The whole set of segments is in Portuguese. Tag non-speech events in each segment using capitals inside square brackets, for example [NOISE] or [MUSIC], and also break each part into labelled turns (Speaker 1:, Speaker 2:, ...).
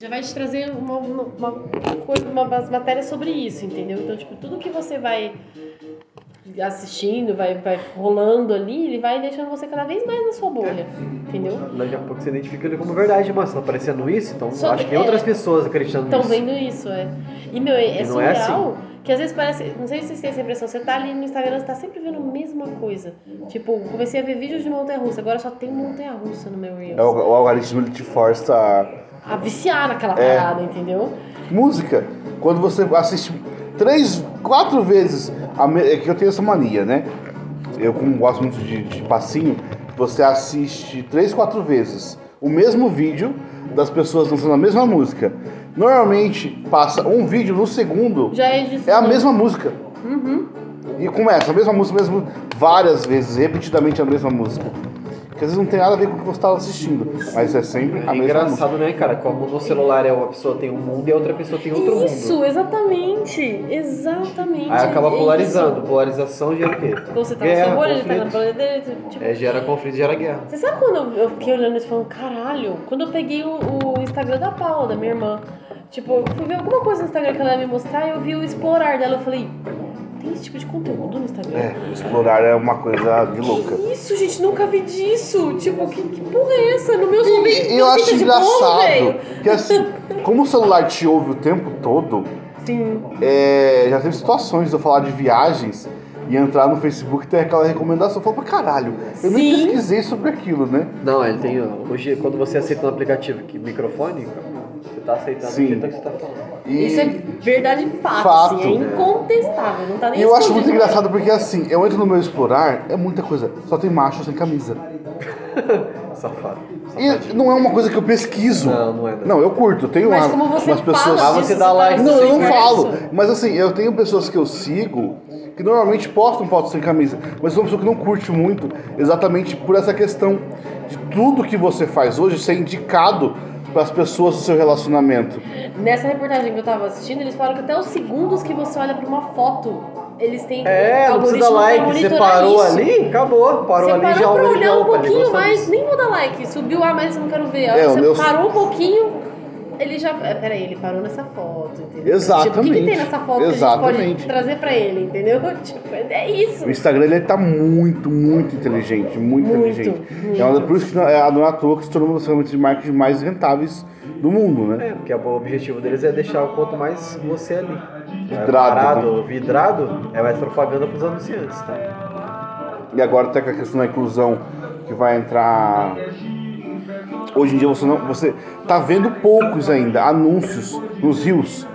Speaker 1: já vai te trazer uma, uma coisa, uma, umas matérias sobre isso, entendeu? Então, tipo, tudo que você vai assistindo, vai, vai rolando ali, ele vai deixando você cada vez mais na sua
Speaker 2: É,
Speaker 1: bolha, entendeu?
Speaker 3: Daqui a pouco você identifica ele como verdade, mas tá aparecendo isso, então
Speaker 1: Só
Speaker 3: acho
Speaker 1: que
Speaker 3: que tem
Speaker 1: é.
Speaker 3: outras pessoas acreditando
Speaker 1: Estão
Speaker 3: nisso.
Speaker 1: vendo isso, é. E, meu, é, é
Speaker 3: E não
Speaker 2: assim.
Speaker 3: é
Speaker 1: surreal que às vezes parece. Não sei se vocês têm essa impressão, você tá ali no Instagram, você tá sempre vendo a mesma coisa. Tipo, comecei a ver vídeos de Montanha Russa, agora só tem Montanha Russa no meu Reels.
Speaker 2: É, O, o algoritmo ele te força a...
Speaker 1: A viciar naquela
Speaker 2: É.
Speaker 1: parada, entendeu?
Speaker 2: Música, quando você assiste três, quatro vezes, a me- é que eu tenho essa mania, né? Eu como gosto muito de, de passinho, você assiste três, quatro vezes o mesmo vídeo das pessoas dançando a mesma música. Normalmente passa um vídeo no segundo,
Speaker 1: Já é disso.
Speaker 2: é a mesma música.
Speaker 1: Uhum.
Speaker 2: E começa a mesma música, mesmo várias vezes, repetidamente a mesma música. Porque às vezes não tem nada a ver com o que você estava assistindo, mas é
Speaker 3: É
Speaker 2: sempre a mesma música.
Speaker 3: engraçado, né, cara? Como no celular é uma pessoa tem um mundo e a outra pessoa tem outro
Speaker 1: isso,
Speaker 3: mundo.
Speaker 1: exatamente. Exatamente.
Speaker 3: Aí acaba
Speaker 1: é
Speaker 3: polarizando. Polarização gera o quê?
Speaker 1: isso. Você tá na
Speaker 3: Guerra,
Speaker 1: sua bolha, ele tá na
Speaker 3: conflito.
Speaker 1: bolha dele. Tipo,
Speaker 3: É, gera conflito, gera guerra.
Speaker 1: Você sabe quando eu- eu fiquei olhando isso e falando, caralho? Quando eu peguei o, o Instagram da Paula, da minha irmã, tipo, eu fui ver alguma coisa no Instagram que ela ia me mostrar e eu vi o explorar dela. Eu falei, tem esse tipo de conteúdo no Instagram?
Speaker 2: É, explorar é uma coisa de louca.
Speaker 1: Que isso, gente, nunca vi disso. Tipo, que, que porra é essa? No meu zumbi.
Speaker 2: E eu acho engraçado que assim, como o celular te ouve o tempo todo,
Speaker 1: [LAUGHS] Sim.
Speaker 2: é, já teve situações de eu falar de viagens e entrar no Facebook e ter aquela recomendação. Eu falo pra caralho, eu nem
Speaker 1: Sim.
Speaker 2: pesquisei sobre aquilo, né?
Speaker 3: Não, ele tem. Hoje, quando você aceita um aplicativo que microfone, você tá aceitando
Speaker 2: Sim.
Speaker 3: o que você tá falando.
Speaker 2: E
Speaker 1: Isso é verdade e fato,
Speaker 2: Fato.
Speaker 1: assim, é incontestável, não tá nem
Speaker 2: e eu acho muito
Speaker 1: escondido.
Speaker 2: engraçado porque assim, eu entro no meu explorar, é muita coisa, só tem macho sem camisa.
Speaker 3: Safado.
Speaker 2: E não é uma coisa que eu pesquiso.
Speaker 3: Não, não é. Não.
Speaker 2: Não, eu curto, eu tenho
Speaker 1: Mas
Speaker 2: uma-
Speaker 1: como você
Speaker 2: umas
Speaker 1: fala
Speaker 2: pessoas.
Speaker 3: Ah, você
Speaker 1: disso,
Speaker 3: dá
Speaker 1: tá
Speaker 3: like,
Speaker 2: Não,
Speaker 1: nesse
Speaker 2: eu não
Speaker 1: universo.
Speaker 2: falo. Mas assim, eu tenho pessoas que eu sigo que normalmente postam fotos sem camisa, mas sou uma pessoa que não curte muito, exatamente por essa questão de tudo que você faz hoje ser indicado para as pessoas do seu relacionamento.
Speaker 1: Nessa reportagem que eu tava assistindo, eles falam que até os segundos que você olha pra uma foto, eles têm
Speaker 3: É,
Speaker 1: o
Speaker 3: não precisa
Speaker 1: algoritmo
Speaker 3: dar
Speaker 1: pra
Speaker 3: like. Você
Speaker 1: monitorar
Speaker 3: parou
Speaker 1: isso.
Speaker 3: ali, acabou. Parou
Speaker 1: você
Speaker 3: ali,
Speaker 1: parou
Speaker 3: já
Speaker 1: pra
Speaker 3: olhou
Speaker 1: olhar um pouquinho mais,
Speaker 3: mais.
Speaker 1: nem vou dar like. Subiu, ah, mas eu não quero ver.
Speaker 2: É, o
Speaker 1: você
Speaker 2: meu-
Speaker 1: parou um pouquinho, ele já. é, Peraí, ele parou nessa foto, entendeu? Tipo, o que que,
Speaker 2: Exatamente.
Speaker 1: tem nessa foto que a gente
Speaker 2: Exatamente.
Speaker 1: pode trazer pra ele, entendeu? [LAUGHS] Tipo, é é isso.
Speaker 2: O Instagram ele tá muito, muito inteligente, muito,
Speaker 1: Muito,
Speaker 2: inteligente.
Speaker 1: muito.
Speaker 2: É uma, por isso que não é, não é à toa que se tornou uma das ferramentas de marketing mais rentáveis do mundo, né?
Speaker 3: É, porque o objetivo deles é deixar o quanto mais você ali.
Speaker 2: Vidrado, né?
Speaker 3: Parado, vidrado, é mais propaganda pros anunciantes, tá?
Speaker 2: E agora até com a questão da inclusão que vai entrar. Hoje em dia você não. Você tá vendo poucos ainda anúncios nos rios.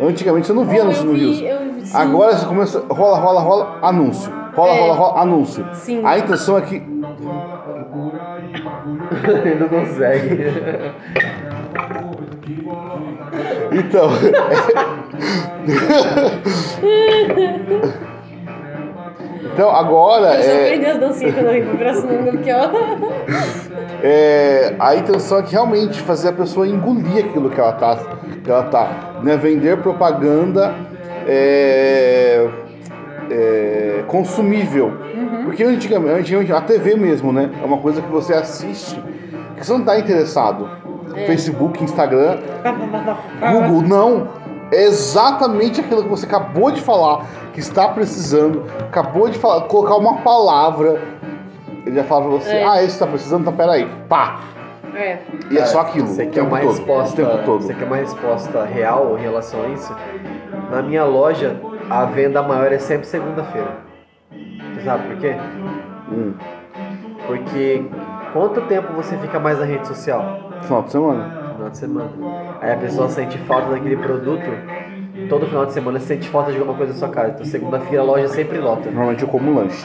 Speaker 2: Antigamente você não via
Speaker 1: Eu
Speaker 2: anúncios nos
Speaker 1: vi-
Speaker 2: rios.
Speaker 1: eu vi- sim.
Speaker 2: Agora você começa. Rola, rola, rola, anúncio. Rola,
Speaker 1: É.
Speaker 2: rola, rola, anúncio.
Speaker 1: Sim.
Speaker 2: A intenção é que.
Speaker 3: Ele não consegue.
Speaker 1: [LAUGHS]
Speaker 2: Então. [LAUGHS] então agora.
Speaker 1: Eu já
Speaker 2: é-
Speaker 1: perdi as dancinhas quando eu vim pro próximo mundo que né, eu. [LAUGHS]
Speaker 2: É, a intenção é que realmente fazer a pessoa engolir aquilo que ela tá, que ela tá né? Vender propaganda é, é, consumível. Porque antigamente, antigamente, a TV mesmo, né? É uma coisa que você assiste que você não tá interessado. Facebook, Instagram, Google, não. É exatamente aquilo que você acabou de falar, que está precisando, acabou de falar, colocar uma palavra. Ele já fala pra você,
Speaker 1: É.
Speaker 2: ah, esse tá precisando, então peraí. Pá!
Speaker 1: É.
Speaker 2: E é só aquilo.
Speaker 3: Você
Speaker 2: o
Speaker 3: quer
Speaker 2: tempo
Speaker 3: uma
Speaker 2: todo,
Speaker 3: resposta.
Speaker 2: O tempo todo.
Speaker 3: Você quer uma resposta real em relação a isso? Na minha loja, a venda maior é sempre segunda-feira. Você sabe por quê? um
Speaker 2: Hum,
Speaker 3: Porque quanto tempo você fica mais na rede social?
Speaker 2: final de semana.
Speaker 3: Final de semana. Aí a pessoa sente falta daquele produto. Todo final de semana você sente falta de alguma coisa na sua casa. Então segunda-feira a loja sempre lota.
Speaker 2: Normalmente eu como um
Speaker 3: [LAUGHS]
Speaker 2: lanche.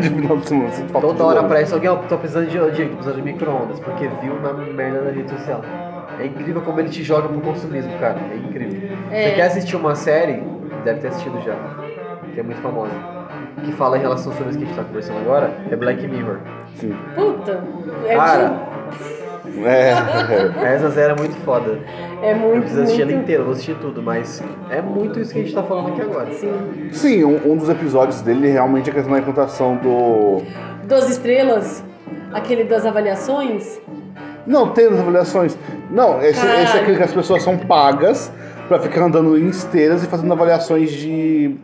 Speaker 2: de final de semana. Assim,
Speaker 3: Toda hora aparece alguém, ó, tô precisando de, de, tô precisando de micro-ondas, porque viu uma merda na rede social. É incrível como ele te joga pro consumismo, cara. É incrível.
Speaker 1: É.
Speaker 3: Você quer assistir uma série, deve ter assistido já, que é muito famosa, que fala em relação sobre isso que a gente tá conversando agora, é Black Mirror.
Speaker 2: Sim.
Speaker 1: Puta. É,
Speaker 3: Cara,
Speaker 2: É.
Speaker 3: essa série é muito foda.
Speaker 1: é
Speaker 3: Eu
Speaker 1: muito.
Speaker 3: preciso assistir ela
Speaker 1: muito-
Speaker 3: inteira, eu vou assistir tudo, mas é muito isso que a gente tá falando aqui agora.
Speaker 1: Sim.
Speaker 2: Sim, um, um dos episódios dele realmente é a questão da implantação do.
Speaker 1: Duas estrelas, aquele das avaliações.
Speaker 2: Não tem as avaliações. Não, esse,
Speaker 1: Caralho.
Speaker 2: esse é aquele que as pessoas são pagas pra ficar andando em esteiras e fazendo avaliações de.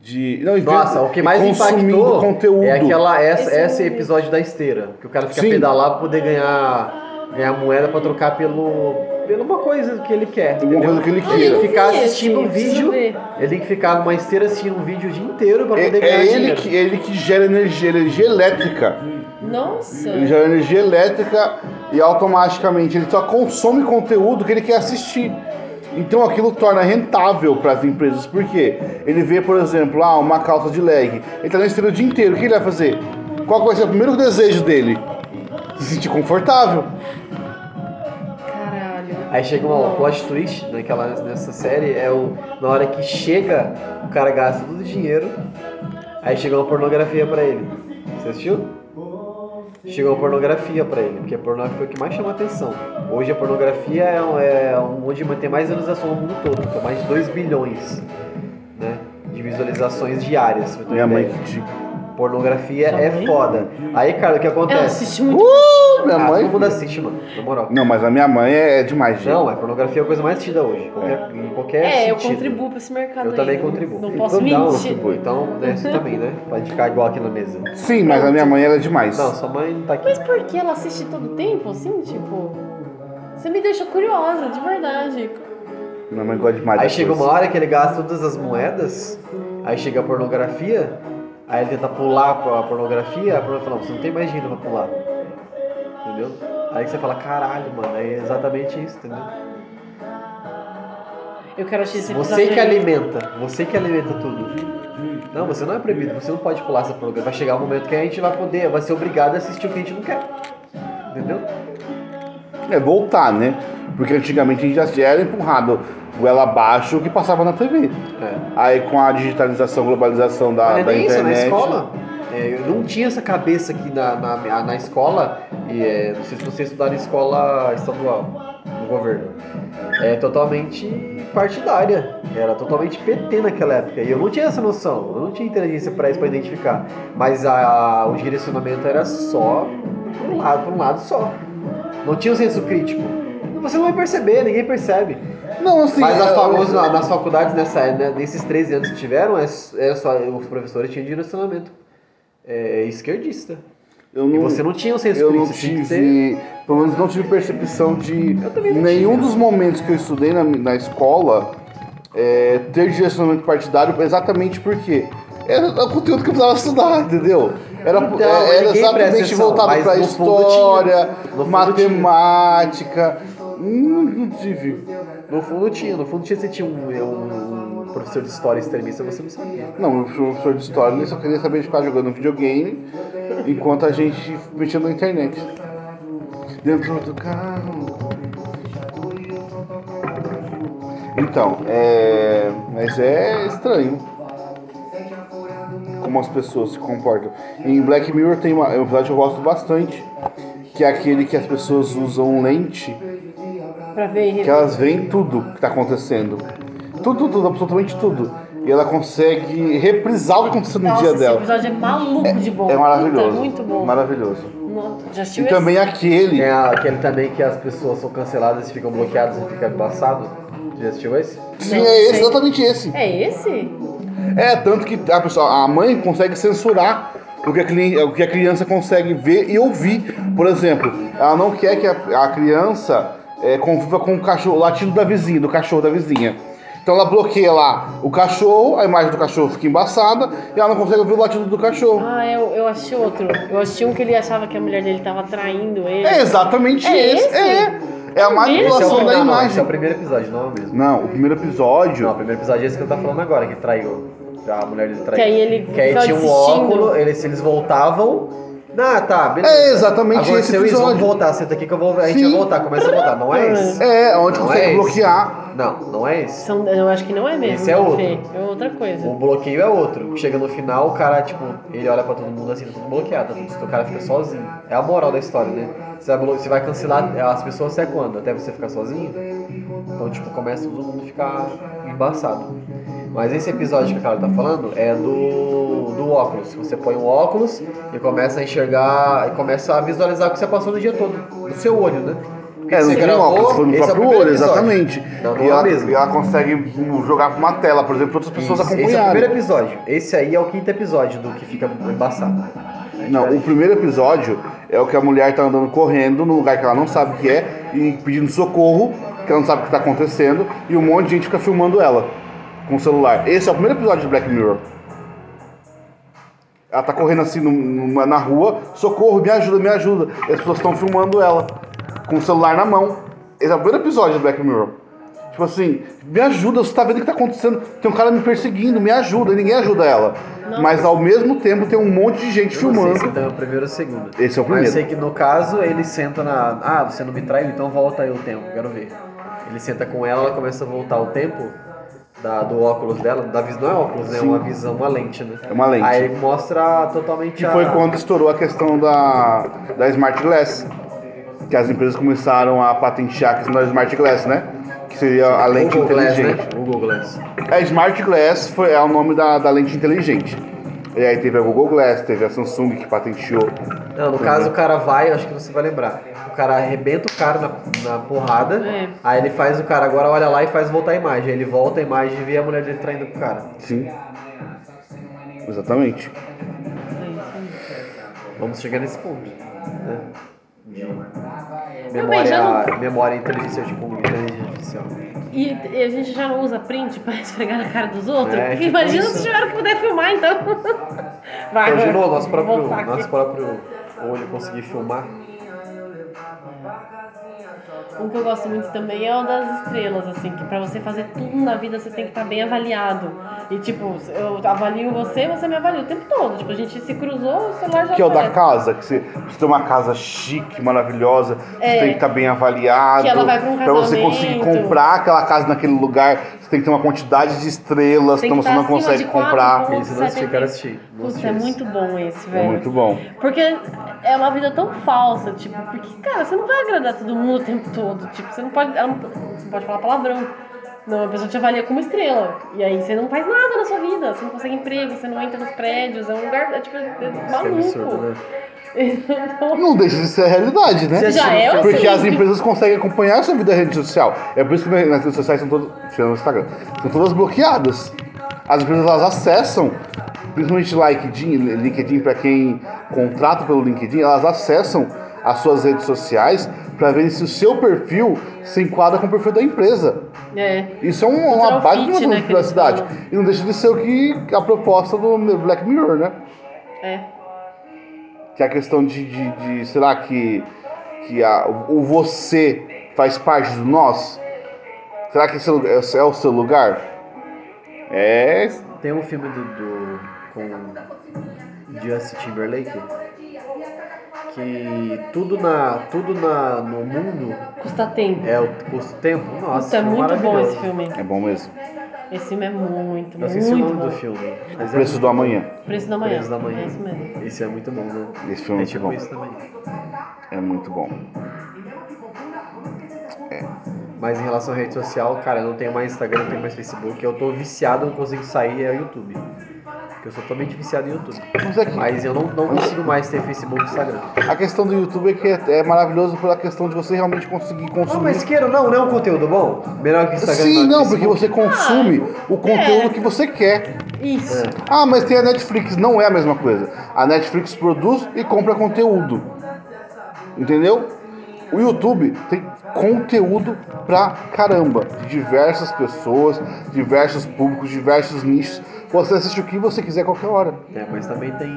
Speaker 2: de não, e vendo-
Speaker 3: Nossa, o que
Speaker 2: e
Speaker 3: mais
Speaker 2: consumindo
Speaker 3: impactou
Speaker 2: conteúdo.
Speaker 3: é aquela essa,
Speaker 1: Esse-
Speaker 3: esse episódio da esteira, que o cara fica
Speaker 2: Sim.
Speaker 3: pedalar pra poder ganhar, ganhar moeda pra trocar pelo pela uma coisa que ele quer.
Speaker 2: Alguma
Speaker 3: entendeu?
Speaker 2: coisa que ele
Speaker 1: Ah, eu
Speaker 2: queira.
Speaker 1: não vi
Speaker 3: Ficar
Speaker 1: esse,
Speaker 3: assistindo um
Speaker 1: preciso
Speaker 3: vídeo.
Speaker 1: ver.
Speaker 3: Ele tem que ficar numa esteira assistindo um vídeo o dia inteiro pra
Speaker 2: É,
Speaker 3: poder ganhar
Speaker 2: é ele,
Speaker 3: dinheiro.
Speaker 2: que, ele que gera energia, energia elétrica.
Speaker 1: Nossa.
Speaker 2: Ele gera energia elétrica e automaticamente ele só consome conteúdo que ele quer assistir. Então aquilo torna rentável para as empresas, porque ele vê, por exemplo, ah, uma calça de leg, ele tá na esteira o dia inteiro, o que ele vai fazer? Qual vai ser o primeiro desejo dele? Se sentir confortável.
Speaker 1: Caralho.
Speaker 3: Aí chega uma
Speaker 1: Nossa.
Speaker 3: plot twist naquela, nessa série, é o, na hora que chega, o cara gasta todo o dinheiro, aí chega uma pornografia pra ele. Você assistiu? Chegou uma pornografia pra ele, porque a pornografia foi o que mais chama atenção. Hoje a pornografia é, um- é um- onde mantém mais visualização no mundo todo, tem mais de 2 bilhões né, de visualizações diárias. pra ter
Speaker 2: Minha
Speaker 3: uma
Speaker 2: mãe
Speaker 3: ideia.
Speaker 2: que diga.
Speaker 3: Pornografia
Speaker 1: Sua
Speaker 3: é
Speaker 1: mãe?
Speaker 3: foda. Aí, cara, o que acontece?
Speaker 1: Ela assiste muito.
Speaker 2: Uh, minha
Speaker 3: Ah, todo mundo
Speaker 2: mãe.
Speaker 3: assiste, mano, na moral.
Speaker 2: Não, mas a minha mãe é demais, gente.
Speaker 3: Não, é pornografia é a coisa mais assistida hoje. Qualquer, Em
Speaker 2: Uh,
Speaker 3: qualquer
Speaker 1: É, eu
Speaker 3: sentido.
Speaker 1: contribuo pra esse mercado
Speaker 3: Eu
Speaker 1: aí.
Speaker 3: também contribuo.
Speaker 1: Não posso
Speaker 3: Então, não,
Speaker 1: mentir.
Speaker 3: contribui. Então, né, você também, né? Pode ficar igual aqui na mesa.
Speaker 2: Sim, mas a minha mãe ela é demais.
Speaker 3: Não, sua mãe não tá aqui.
Speaker 1: Mas por que ela assiste todo tempo, assim, tipo... Você me deixa curiosa, de verdade.
Speaker 2: Minha mãe gosta demais.
Speaker 3: Aí
Speaker 2: das
Speaker 3: chega uma
Speaker 2: coisas.
Speaker 3: hora que ele gasta todas as moedas, aí chega a pornografia, aí ele tenta pular pra- a pornografia, a pornografia fala, não, você não tem mais dinheiro pra pular. Entendeu? Aí você fala, caralho, mano, é exatamente isso, entendeu?
Speaker 1: Eu quero assistir esse
Speaker 3: Você
Speaker 1: episódio
Speaker 3: que é
Speaker 1: aí.
Speaker 3: alimenta, você que alimenta tudo. Não, você não é proibido, você não pode pular essa programa. Vai chegar um momento que a gente vai poder, vai ser obrigado a assistir o que a gente não quer. Entendeu?
Speaker 2: É voltar, né? Porque antigamente a gente já- já era empurrado goela abaixo o que passava na TV.
Speaker 3: É.
Speaker 2: Aí com a digitalização, globalização da,
Speaker 3: Olha,
Speaker 2: da
Speaker 3: nem é isso, na
Speaker 2: internet.
Speaker 3: escola. é, eu não tinha essa cabeça aqui na, na, na- na escola, e é, não sei se você estudar em escola estadual, no governo. É totalmente partidária. Era totalmente PT naquela época. E eu não tinha essa noção, eu não tinha inteligência pra isso pra identificar. Mas a, o direcionamento era só pra um lado, pra um lado só. Não tinha um senso crítico. Você não vai perceber, ninguém percebe.
Speaker 2: Não, assim.
Speaker 3: Mas as
Speaker 2: eu-
Speaker 3: faculdades, na- nas faculdades nessa, né, nesses 13 anos que tiveram, é, s- é só, os professores tinham direcionamento é, esquerdista.
Speaker 2: eu
Speaker 3: E
Speaker 2: não,
Speaker 3: você não tinha um senso
Speaker 2: eu não
Speaker 3: crítico. você tinha que ter-
Speaker 2: tive. Pelo menos não tive percepção de
Speaker 3: Eu também não
Speaker 2: nenhum
Speaker 3: tive.
Speaker 2: dos momentos que eu estudei na, na escola é, ter direcionamento partidário exatamente porque era o conteúdo que eu precisava estudar, entendeu? Era,
Speaker 3: Então,
Speaker 2: é- era
Speaker 3: ninguém presta
Speaker 2: exatamente
Speaker 3: atenção,
Speaker 2: voltado
Speaker 3: mas
Speaker 2: pra
Speaker 3: no fundo
Speaker 2: história,
Speaker 3: tinha. No fundo
Speaker 2: matemática. Não, não tive.
Speaker 3: No fundo tinha, no fundo tinha, você tinha um, um- um professor de história extremista, você não sabia.
Speaker 2: Não, eu sou professor de história, ele só queria saber de ficar jogando videogame enquanto a gente mexia na internet. Dentro do carro. Então, é. Mas é estranho como as pessoas se comportam. Em Black Mirror tem uma. Na verdade, eu gosto bastante. Que é aquele que as pessoas usam lente
Speaker 1: Pra ver...
Speaker 3: é
Speaker 2: que elas veem tudo que tá acontecendo. Tudo, tudo, absolutamente tudo. E ela consegue reprisar o que aconteceu no
Speaker 1: Nossa,
Speaker 2: dia
Speaker 1: esse
Speaker 2: dela.
Speaker 1: episódio é maluco de bom.
Speaker 2: É maravilhoso.
Speaker 1: Puta, muito bom.
Speaker 2: Maravilhoso.
Speaker 1: Nossa, já assistiu
Speaker 2: E
Speaker 1: esse?
Speaker 2: também aquele.
Speaker 1: É,
Speaker 3: Tem a- aquele também que as pessoas são canceladas e ficam bloqueadas e ficam embaçado. Já assistiu esse?
Speaker 2: Sim,
Speaker 1: Não,
Speaker 2: é esse,
Speaker 1: sei.
Speaker 2: exatamente esse.
Speaker 1: É esse?
Speaker 2: É, tanto que a, pessoa, a mãe consegue censurar o que, a, cli- o que a criança consegue ver e ouvir. Por exemplo, ela não quer que a, a criança é, conviva com o cachorro, o latido da vizinha, do cachorro da vizinha. Então ela bloqueia lá o cachorro, a imagem do cachorro fica embaçada e ela não consegue ouvir o latido do cachorro.
Speaker 1: Ah, eu, eu achei outro. Eu achei um que ele achava que a mulher dele tava traindo ele.
Speaker 2: É exatamente
Speaker 1: É
Speaker 2: esse.
Speaker 1: esse?
Speaker 2: É, é a
Speaker 3: Esse é o,
Speaker 2: manipulação
Speaker 3: primeiro-
Speaker 2: da
Speaker 3: não, esse é
Speaker 2: imagem.
Speaker 3: o primeiro episódio, não é o mesmo.
Speaker 2: Não, o primeiro episódio.
Speaker 3: Não, o primeiro episódio é esse que eu tava falando agora, que traiu. A mulher dele traiu.
Speaker 1: Que aí ele
Speaker 3: Que aí
Speaker 1: ficava
Speaker 3: tinha um
Speaker 1: desistindo.
Speaker 3: óculo, eles, eles voltavam. Ah, tá, beleza.
Speaker 2: É exatamente
Speaker 3: Aconteceu
Speaker 2: esse
Speaker 3: isso,
Speaker 2: episódio.
Speaker 3: vamos voltar, senta aqui que eu vou. A gente
Speaker 2: Sim.
Speaker 3: vai voltar, começa a voltar. Não é esse?
Speaker 2: É, onde
Speaker 3: Não
Speaker 2: consegue
Speaker 3: é esse.
Speaker 2: bloquear.
Speaker 3: Não, não é esse.
Speaker 1: São- eu acho que não é mesmo.
Speaker 3: Esse é outro.
Speaker 1: Fê. É outra coisa.
Speaker 3: O bloqueio é outro. Chega no final, o cara, tipo, ele olha pra todo mundo assim, tá tudo bloqueado. Então o cara fica sozinho. É a moral da história, né? Você vai, blo- você vai cancelar as pessoas até quando? Até você ficar sozinho? Então, tipo, começa todo mundo a ficar embaçado. Mas esse episódio que a Carla tá falando é do, do óculos. Você põe um óculos e começa a enxergar, e começa a visualizar o que você passou no dia todo, do seu olho, né? Porque
Speaker 2: É, não
Speaker 3: você
Speaker 2: tem óculos, foi no
Speaker 3: esse é o
Speaker 2: próprio
Speaker 3: primeiro
Speaker 2: olho,
Speaker 3: episódio.
Speaker 2: exatamente.
Speaker 3: Não, não
Speaker 2: e,
Speaker 3: é
Speaker 2: ela,
Speaker 3: mesmo.
Speaker 2: e ela consegue hum, jogar pra uma tela, por exemplo, pra outras pessoas
Speaker 3: Isso, Esse é o
Speaker 2: acompanharem.
Speaker 3: primeiro episódio. Esse aí é o quinto episódio do que fica embaçado.
Speaker 2: Não, o primeiro episódio é o que a mulher tá andando correndo num lugar que ela não sabe o que é e pedindo socorro, que ela não sabe o que tá acontecendo, e um monte de gente fica filmando ela com o celular. Esse é o primeiro episódio de Black Mirror. Ela tá correndo assim num- numa- na rua, socorro, me ajuda, me ajuda. E as pessoas estão filmando ela com o celular na mão. Esse é o primeiro episódio de Black Mirror. Tipo assim, me ajuda, você tá vendo o que tá acontecendo? Tem um cara me perseguindo, me ajuda, e ninguém ajuda ela.
Speaker 1: Nossa.
Speaker 2: Mas ao mesmo tempo tem um monte de gente
Speaker 3: Eu não sei
Speaker 2: filmando.
Speaker 3: se então é o primeiro ou o segundo.
Speaker 2: Esse é
Speaker 3: Mas
Speaker 2: o primeiro.
Speaker 3: eu sei que no caso ele senta na. Ah, você não me traiu, então volta aí o tempo, quero ver. Ele senta com ela, ela começa a voltar o tempo da- do óculos dela. Da visão, não é óculos, né? é
Speaker 2: Sim.
Speaker 3: uma visão, uma lente, né?
Speaker 2: É uma lente.
Speaker 3: Aí mostra totalmente
Speaker 2: Que
Speaker 3: a.
Speaker 2: foi quando estourou a questão da, da Smart Glass. Que as empresas começaram a patentear a questão da Smart Glass, né? Que seria a lente
Speaker 3: Google Glass, né?
Speaker 2: inteligente.
Speaker 3: Google Glass.
Speaker 2: A É, Smart Glass foi, é o nome da, da lente inteligente. E aí teve a Google Glass, teve a Samsung que patenteou.
Speaker 3: Não, no caso o cara vai, eu acho que você vai lembrar. O cara arrebenta o cara na, na porrada,
Speaker 1: É.
Speaker 3: aí ele faz o cara agora olha lá e faz voltar a imagem. Aí ele volta a imagem e vê a mulher dele traindo com o cara.
Speaker 2: Sim. Exatamente.
Speaker 1: É
Speaker 3: Vamos chegar nesse ponto. Né?
Speaker 1: Não, mas já
Speaker 3: Memória, memória e inteligência artificial, inteligência artificial.
Speaker 1: E, e a gente já não usa print pra [LAUGHS] esfregar na cara dos outros?
Speaker 3: É, tipo
Speaker 1: Imagina
Speaker 3: isso.
Speaker 1: se tiveram que puder filmar, então. Vai,
Speaker 3: Então, de
Speaker 1: vai.
Speaker 3: novo, nosso próprio,
Speaker 1: Tá Voltar aqui.
Speaker 3: nosso próprio olho conseguir filmar.
Speaker 1: Um que eu gosto muito também é o das estrelas, assim, que pra você fazer tudo na vida você tem que estar bem avaliado. E tipo, eu avalio você, você me avalia o tempo todo. Tipo, a gente se cruzou, o celular já
Speaker 2: Que é o da
Speaker 1: aparece.
Speaker 2: casa, que você, você tem uma casa chique, maravilhosa,
Speaker 1: É.
Speaker 2: você tem que estar bem avaliado.
Speaker 1: Que ela vai pra um
Speaker 2: você conseguir
Speaker 1: casamento.
Speaker 2: comprar aquela casa naquele lugar, você tem que ter uma quantidade de estrelas,
Speaker 1: Tem
Speaker 2: então
Speaker 1: que
Speaker 2: você
Speaker 1: tá
Speaker 2: não
Speaker 1: acima
Speaker 2: consegue
Speaker 1: de quatro
Speaker 2: comprar.
Speaker 1: pontos.
Speaker 3: Esse eu não assisti,
Speaker 1: Sabe,
Speaker 3: quero
Speaker 1: tem-
Speaker 3: assistir. Não
Speaker 1: Putz,
Speaker 3: assisti
Speaker 1: é
Speaker 3: esse.
Speaker 1: muito bom esse,
Speaker 2: É
Speaker 1: velho.
Speaker 2: muito bom.
Speaker 1: Porque é uma vida tão falsa, tipo, porque, cara, você não vai agradar todo mundo o tempo todo. Tipo, você não pode. ela não- você não pode falar palavrão. Não, a pessoa te avalia como estrela. E aí você não faz nada na sua vida. Você não consegue emprego, você não entra nos prédios. É um lugar, é, tipo, é
Speaker 3: Isso que é
Speaker 1: maluco.
Speaker 3: absurdo, né?
Speaker 1: [LAUGHS] Então,
Speaker 2: Não deixa de ser a realidade, né?
Speaker 3: Você
Speaker 1: Já
Speaker 3: assistiu
Speaker 1: é
Speaker 3: no
Speaker 1: o
Speaker 3: filme?
Speaker 2: Porque as
Speaker 1: Sim.
Speaker 2: empresas conseguem acompanhar a sua vida na rede social. É por isso que na- nas redes sociais são todas. Tirando o Instagram. São todas bloqueadas. As empresas elas acessam, principalmente LinkedIn, LinkedIn para quem contrata pelo LinkedIn, elas acessam as suas redes sociais para ver se o seu perfil se enquadra com o perfil da empresa.
Speaker 1: é.
Speaker 2: Isso é um, uma
Speaker 1: Cultural
Speaker 2: baita
Speaker 1: fit,
Speaker 2: de
Speaker 1: né,
Speaker 2: uma coisa
Speaker 1: que
Speaker 2: de
Speaker 1: eles
Speaker 2: privacidade.
Speaker 1: falam.
Speaker 2: E não deixa de ser o que a proposta do Black Mirror, né?
Speaker 1: É.
Speaker 2: que é a questão de, de, de será que, que a, o você faz parte do nós? Será que esse lu- é o seu- é o seu lugar? É.
Speaker 3: Tem um filme do, do com Justin Timberlake que tudo na tudo na no mundo
Speaker 1: Custa tempo.
Speaker 3: é o custo tempo. Nossa,
Speaker 1: Nossa, é muito bom
Speaker 3: maravilhoso.
Speaker 1: esse filme.
Speaker 2: É bom mesmo.
Speaker 1: Esse filme é muito,
Speaker 3: Eu esqueci o
Speaker 1: muito
Speaker 3: nome
Speaker 1: bom.
Speaker 3: do filme.
Speaker 2: O
Speaker 3: mas é
Speaker 2: preço
Speaker 3: muito
Speaker 2: do
Speaker 3: bom.
Speaker 2: amanhã.
Speaker 1: Preço da manhã.
Speaker 3: Preço da manhã.
Speaker 1: É isso mesmo.
Speaker 3: Esse é muito bom, né?
Speaker 2: Esse filme
Speaker 3: é
Speaker 2: é muito
Speaker 3: tipo
Speaker 2: bom.
Speaker 3: isso também.
Speaker 2: É muito bom.
Speaker 3: Mas em relação à rede social, cara, eu não tenho mais Instagram, não tenho mais Facebook. Eu tô viciado, eu não consigo sair, é YouTube. Porque eu sou totalmente viciado em YouTube.
Speaker 2: Mas é que
Speaker 3: Mas eu não, não consigo mais ter Facebook e Instagram.
Speaker 2: a questão do YouTube é que é, é maravilhoso pela questão de você realmente conseguir
Speaker 3: Ah,
Speaker 2: consumir.
Speaker 3: mas queira ou não, não é um conteúdo bom? Melhor que Instagram é
Speaker 2: Sim,
Speaker 3: melhor que
Speaker 2: não,
Speaker 3: Facebook?
Speaker 2: porque você consome
Speaker 3: Ah,
Speaker 2: o conteúdo
Speaker 1: é.
Speaker 2: que você quer.
Speaker 3: É,
Speaker 1: Isso.
Speaker 2: Ah, mas tem a Netflix, não é a mesma coisa. A Netflix produz e compra conteúdo. Entendeu? O YouTube tem conteúdo pra caramba, de diversas pessoas, diversos públicos, diversos nichos. Você assiste o que você quiser a qualquer hora.
Speaker 3: É, mas também tem.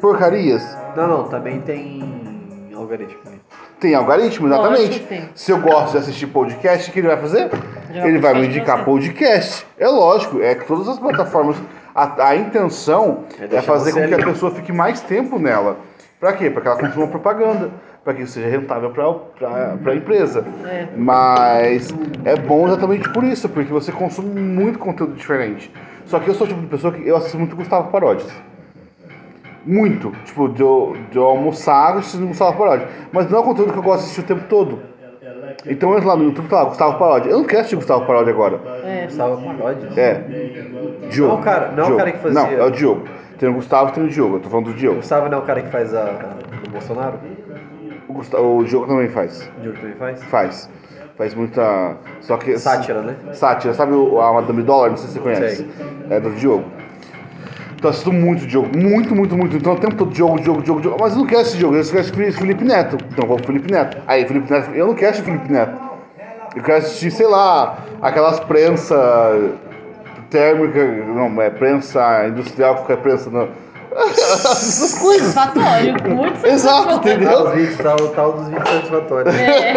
Speaker 2: Porcarias?
Speaker 3: Não, não, também tem algoritmo. né?
Speaker 2: Tem algoritmo,
Speaker 1: Lógico
Speaker 2: exatamente.
Speaker 1: que tem.
Speaker 2: Se eu gosto de assistir podcast, o que ele vai fazer?
Speaker 1: Jogar
Speaker 2: ele
Speaker 1: podcast
Speaker 2: vai me
Speaker 1: pra
Speaker 2: indicar
Speaker 1: você.
Speaker 2: podcast. É lógico, é que todas as plataformas, a, a intenção
Speaker 3: É
Speaker 2: é,
Speaker 3: deixar
Speaker 2: fazer
Speaker 3: você
Speaker 2: com que
Speaker 3: ali.
Speaker 2: a pessoa fique mais tempo nela. Pra quê? Pra que ela consuma propaganda, pra que isso seja rentável pra, pra, pra empresa.
Speaker 1: É.
Speaker 2: Mas é bom exatamente por isso, porque você consome muito conteúdo diferente. Só que eu sou o tipo de pessoa que eu assisto muito Gustavo Paródias. Muito. Tipo, de eu, de eu almoçar assistindo Gustavo Parodi. Mas não é um conteúdo que eu gosto de assistir o tempo todo. Então entra lá no YouTube e fala, Gustavo Parodi. Eu não quero assistir Gustavo Parodi agora.
Speaker 1: É.
Speaker 3: Gustavo Paródio.
Speaker 2: É. Diogo.
Speaker 3: Não é o cara- não o
Speaker 2: Diogo.
Speaker 3: cara que fazia.
Speaker 2: Não, é o Diogo. Tem o Gustavo e tem o Diogo. Eu tô falando do Diogo.
Speaker 3: Gustavo não é o cara que faz a, a do Bolsonaro?
Speaker 2: O, Gustavo, o Diogo também faz.
Speaker 3: O Diogo também faz?
Speaker 2: Faz. Faz muita. Só que.
Speaker 3: Sátira, né?
Speaker 2: Sátira. Sabe o- a Madame Dollar? Não sei se você conhece.
Speaker 3: Sei.
Speaker 2: É do Diogo. Então eu assisto muito Diogo. Muito, muito, muito. Então o tempo todo Diogo, Diogo, Diogo, Diogo. Mas eu não quero esse Diogo, eu quero assistir Felipe Neto. Então eu vou pro Felipe Neto. Aí, Felipe Neto. Eu não quero assistir Felipe Neto. Eu quero assistir, sei lá, aquelas prensa térmica. Não, é prensa industrial, qualquer prensa. Não. [LAUGHS] Essas coisas.
Speaker 1: Satisfatório, muito
Speaker 3: [LAUGHS]
Speaker 2: Exato,
Speaker 1: satisfatório.
Speaker 3: Tá,
Speaker 2: entendeu?
Speaker 3: os vídeos, tá, o tal dos vídeos satisfatórios.
Speaker 1: É.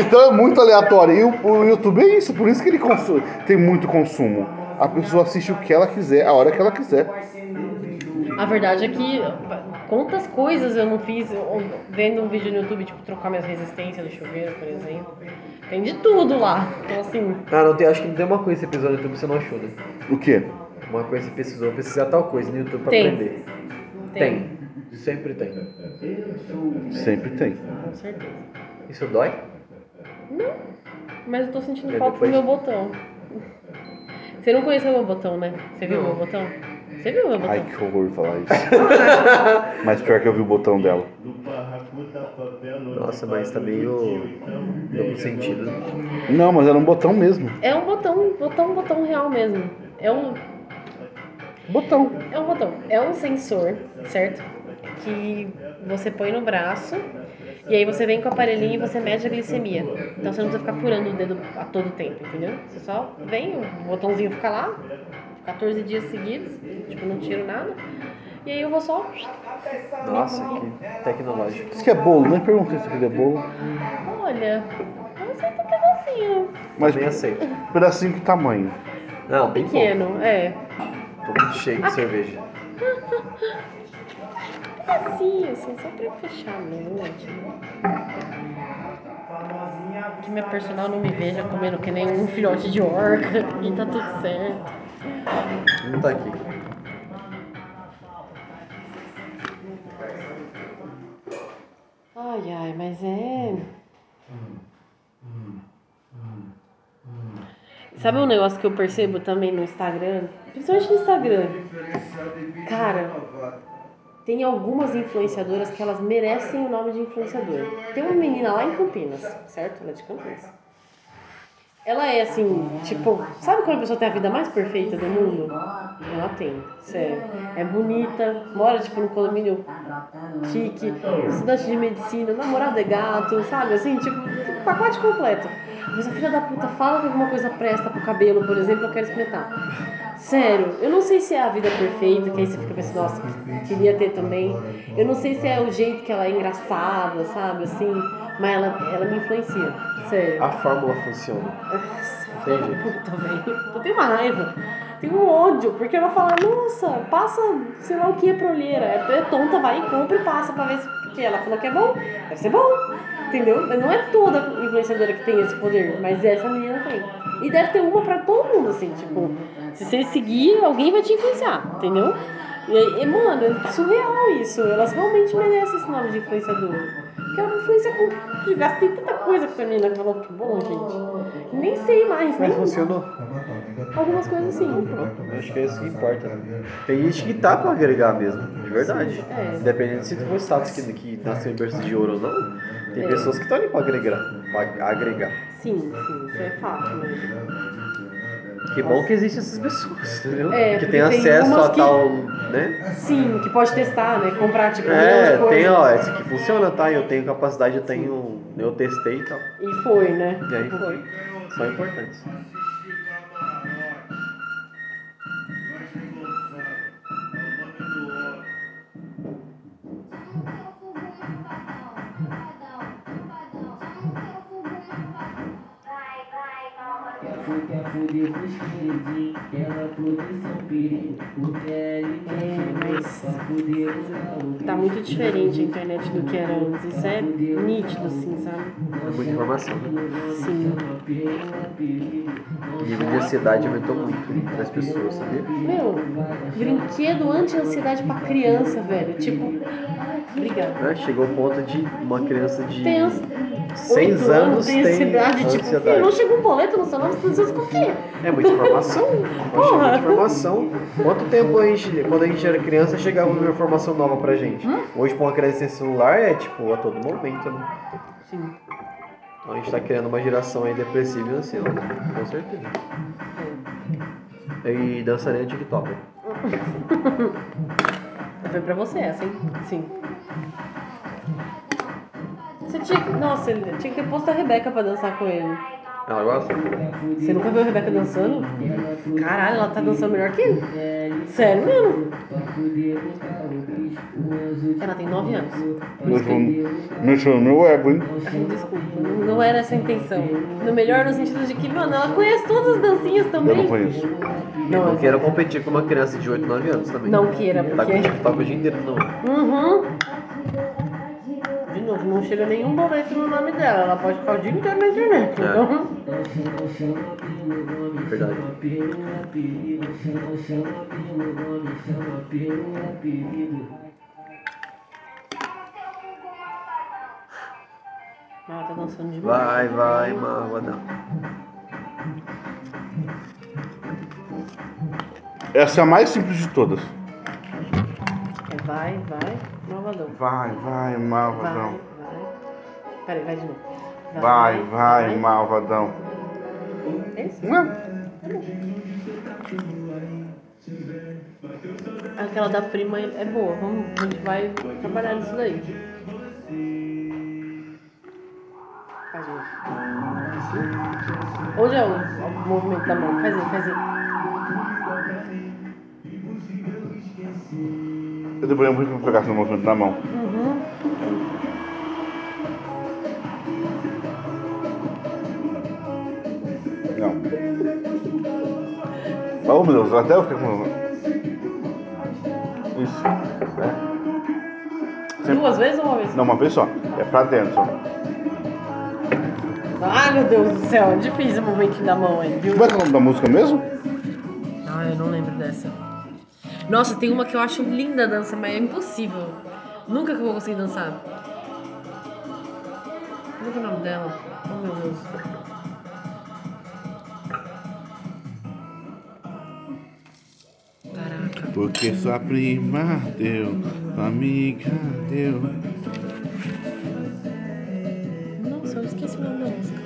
Speaker 2: Então é muito aleatório. E o, o YouTube é isso, por isso que ele consu- tem muito consumo. A pessoa assiste o que ela quiser, a hora que ela quiser.
Speaker 1: A verdade é que quantas coisas eu não fiz eu- vendo um vídeo no YouTube, tipo, trocar minhas resistências no chuveiro, por exemplo. Tem de tudo lá. Então, assim,
Speaker 3: Ah, não tem, acho que não tem uma coisa esse episódio no YouTube que você não achou, né?
Speaker 2: O quê?
Speaker 3: Uma coisa que você precisou pesquisar tal coisa no YouTube pra
Speaker 1: Tem.
Speaker 3: aprender.
Speaker 1: Tem.
Speaker 3: Tem. Sempre tem.
Speaker 2: Sempre tem.
Speaker 1: com certeza.
Speaker 3: Isso dói?
Speaker 1: Mas eu tô sentindo
Speaker 3: É,
Speaker 1: falta do
Speaker 3: depois-
Speaker 1: meu botão. Você não conheceu o meu botão, né? Você viu o
Speaker 3: Não.
Speaker 1: meu botão? Você viu o meu botão?
Speaker 2: Ai, que horror falar isso. [LAUGHS] Mas pior que eu vi o botão dela.
Speaker 3: Nossa, mas tá meio. duplo sentido.
Speaker 2: Não, mas era um botão mesmo.
Speaker 1: É um botão, botão, botão real mesmo. É um,
Speaker 2: Botão.
Speaker 1: É um botão, é um sensor, certo? Que você põe no braço e aí você vem com o aparelhinho e você mede a glicemia. Então você não precisa ficar furando o dedo a todo tempo, entendeu? Você só vem, o botãozinho fica lá, 14 dias seguidos, tipo, não tiro nada. E aí eu vou só.
Speaker 3: Nossa, que tecnológico.
Speaker 2: Isso que é bolo, nem perguntei se aquilo é bolo.
Speaker 1: Olha, eu aceito um pedacinho.
Speaker 2: Mas
Speaker 3: Também aceito.
Speaker 2: um pedacinho que tamanho.
Speaker 3: Não, tem pouco.
Speaker 1: Pequeno, é.
Speaker 3: Tô muito cheio de cerveja.
Speaker 1: Pedacinho, assim, só pra fechar a né? noite. Que minha personal não me veja comendo que nem um filhote de orca [LAUGHS] e tá tudo certo.
Speaker 3: Não tá aqui.
Speaker 1: Ai, ai, mas é. Sabe um negócio que eu percebo também no Instagram? Principalmente no Instagram. Cara, tem algumas influenciadoras que elas merecem o nome de influenciadora. Tem uma menina lá em Campinas, certo? Ela é de Campinas. Ela é assim, tipo, sabe quando a pessoa tem a vida mais perfeita do mundo? Ela tem, sério. É bonita, mora tipo num condomínio chique, estudante de medicina, namorado é gato, sabe? Assim, tipo, um pacote completo. Mas a filha da puta fala que alguma coisa presta pro cabelo, por exemplo, eu quero experimentar. Sério, eu não sei se é a vida perfeita, que aí você fica pensando, nossa, queria ter também. Eu não sei se é o jeito que ela é engraçada, sabe? Assim, mas ela, ela me influencia, sério.
Speaker 3: A fórmula funciona.
Speaker 1: [LAUGHS]
Speaker 3: Tem jeito.
Speaker 1: Puta, velho. Eu tenho uma raiva. Tenho um ódio, porque ela fala, nossa, passa sei lá o que pra olheira. É é tonta, vai e compra e passa pra ver se. Porque ela falou que é bom, deve ser bom. Entendeu? Mas não é toda influenciadora que tem esse poder, mas essa menina tem. E deve ter uma pra todo mundo, assim, tipo, se você seguir, alguém vai te influenciar, entendeu? E, e, mano, é surreal isso. Elas realmente merecem esse nome de influenciadora. Porque ela influencia com. que Gastei tanta coisa com essa menina que falou que bom, gente. Nem sei mais,
Speaker 3: Mas
Speaker 1: nem
Speaker 3: funcionou.
Speaker 1: Algumas coisas sim.
Speaker 3: Eu Acho que é isso que importa. Tem gente que tá pra agregar mesmo, de verdade.
Speaker 1: É.
Speaker 3: Independente se tu foi status que, que nasceu em berço de ouro ou não, tem
Speaker 1: É.
Speaker 3: pessoas que estão ali pra agregar. Pra agregar.
Speaker 1: Sim, sim, isso é fato mesmo.
Speaker 3: Que bom que existem essas pessoas, entendeu?
Speaker 1: É,
Speaker 3: que
Speaker 1: porque
Speaker 3: tem
Speaker 1: tem
Speaker 3: acesso
Speaker 1: umas
Speaker 3: a
Speaker 1: que-
Speaker 3: tal, né?
Speaker 1: Sim, que pode testar, né? Comprar, tipo,
Speaker 3: É,
Speaker 1: mil
Speaker 3: tem,
Speaker 1: coisas.
Speaker 3: ó, essa aqui funciona, tá? Eu tenho capacidade, eu tenho. Eu testei e tal.
Speaker 1: E foi, né?
Speaker 3: E aí
Speaker 1: foi.
Speaker 3: São importantes.
Speaker 4: Foi pra poder pros queridinhos, pela proteção perigo, o TLP,
Speaker 1: É, mas
Speaker 4: pra poder usar o
Speaker 1: Tá muito diferente a internet do que era antes. Isso é nítido, assim, sabe?
Speaker 3: É muita informação.
Speaker 1: Sim.
Speaker 3: O nível de ansiedade aumentou muito das pessoas, sabia?
Speaker 1: Meu, brinquedo anti-ansiedade pra criança, velho. Tipo, obrigada.
Speaker 3: Né? Chegou o ponto de uma criança de
Speaker 1: Tem ans-
Speaker 3: Seis
Speaker 1: oito
Speaker 3: anos
Speaker 1: tem
Speaker 3: tem
Speaker 1: ansiedade, tipo,
Speaker 3: ansiedade.
Speaker 1: não chegou um boleto no seu nome, você tá com o quê?
Speaker 3: É muita informação.
Speaker 1: [LAUGHS]
Speaker 3: Eu acho muita informação. Quanto tempo a gente, quando a gente era criança, chegava uma informação nova pra gente? Hoje, pra uma criança sem celular, é tipo a todo momento, né?
Speaker 1: Sim.
Speaker 3: Então a gente tá criando uma geração aí depressiva e ansiosa, com certeza. E dançarina TikTok.
Speaker 1: Foi pra você essa, hein? Sim. Você tinha que. Nossa, ele tinha que ter posto a Rebeca pra dançar com ele.
Speaker 3: Ela gosta?
Speaker 1: Você nunca viu a Rebeca dançando? Caralho, ela tá dançando melhor que eu. Sério mesmo? Ela tem 9 anos.
Speaker 2: Mexeu no meu ego, hein?
Speaker 1: Desculpa, não era essa a intenção. No melhor, no sentido de que, mano, ela conhece todas as dancinhas também.
Speaker 2: Eu não conheço.
Speaker 3: Eu
Speaker 1: Não, é.
Speaker 3: não quero competir com uma criança de 8, 9 anos também.
Speaker 1: Não queira,
Speaker 3: Tá com o
Speaker 1: porque.
Speaker 3: TikTok o dia inteiro, não.
Speaker 1: Uhum. De novo, não chega nenhum boleto no nome dela. Ela pode ficar o dia inteiro na internet.
Speaker 3: É.
Speaker 1: Então.
Speaker 3: Verdade.
Speaker 1: Ela tá dançando demais.
Speaker 3: Vai, vai, Marva, não.
Speaker 2: Essa é a mais simples de todas.
Speaker 1: É, vai, vai. Malvadão.
Speaker 2: Vai, vai,
Speaker 1: Vai,
Speaker 2: malvadão.
Speaker 1: vai. Peraí, vai de novo.
Speaker 2: Vai, vai, malvadão.
Speaker 1: É isso?
Speaker 2: Não.
Speaker 1: Aquela da prima é boa. Vamos, a gente vai trabalhar nisso daí. Faz um. Assim. Hoje é o, o movimento da mão. Faz aí, faz aí.
Speaker 2: Eu demorei muito pra pegar esse movimento na mão. Não. Oh, meu Deus, até eu fiquei com... Isso. É. Sempre-
Speaker 1: Duas vezes ou uma vez?
Speaker 2: Não, uma vez só. É pra dentro. só.
Speaker 1: Ai meu Deus do céu, difícil o movimento da mão aí, viu?
Speaker 2: Como é que é o nome da música mesmo?
Speaker 1: Ah, eu não lembro dessa. Nossa, tem uma que eu acho linda a dança, mas é impossível. Nunca que eu vou conseguir dançar. Como é que é o nome dela? Oh, meu Deus. Caraca.
Speaker 2: Porque sua prima deu, sua amiga deu.
Speaker 1: Nossa, eu esqueci o nome da música.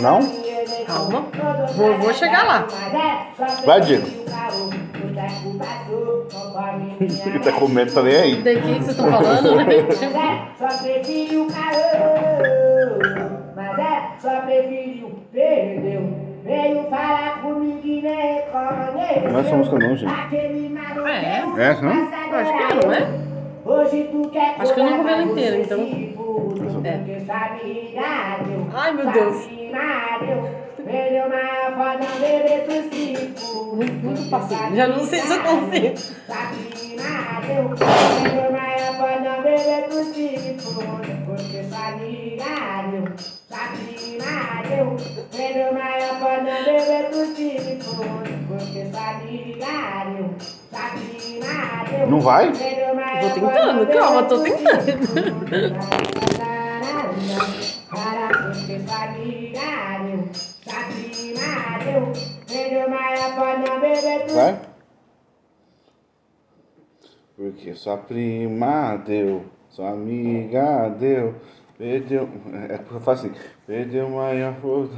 Speaker 2: Não?
Speaker 1: Calma. Vou, vou chegar lá.
Speaker 2: Vai, Diego. Ele tá comendo, tá nem aí.
Speaker 1: Daqui que vocês estão falando, né?
Speaker 5: Só prefiro o calor, mas é, só prefiro perdeu. Veio falar comigo e nem reconheceu.
Speaker 2: Não é essa música não, gente.
Speaker 5: Aquele maluco
Speaker 1: É?
Speaker 5: um
Speaker 2: É essa não?
Speaker 5: passador
Speaker 1: Acho que é, não é?
Speaker 5: Hoje tu quer
Speaker 1: Acho que eu não vou ver ela
Speaker 5: cobrar
Speaker 1: inteira,
Speaker 5: você
Speaker 1: então.
Speaker 5: se fudeu,
Speaker 1: É.
Speaker 5: porque Sabina deu,
Speaker 1: Ai, meu Deus.
Speaker 5: Sabina deu, Melhor mais foda, bebê, tu se fudeu,
Speaker 1: Muito, muito passivo. Já não sei se eu consigo.
Speaker 2: Não vai?
Speaker 1: Vou tentando, calma, tô tentando.
Speaker 2: Vai? Porque sua prima deu, sua amiga deu, perdeu. É porque eu falo assim, perdeu maior força.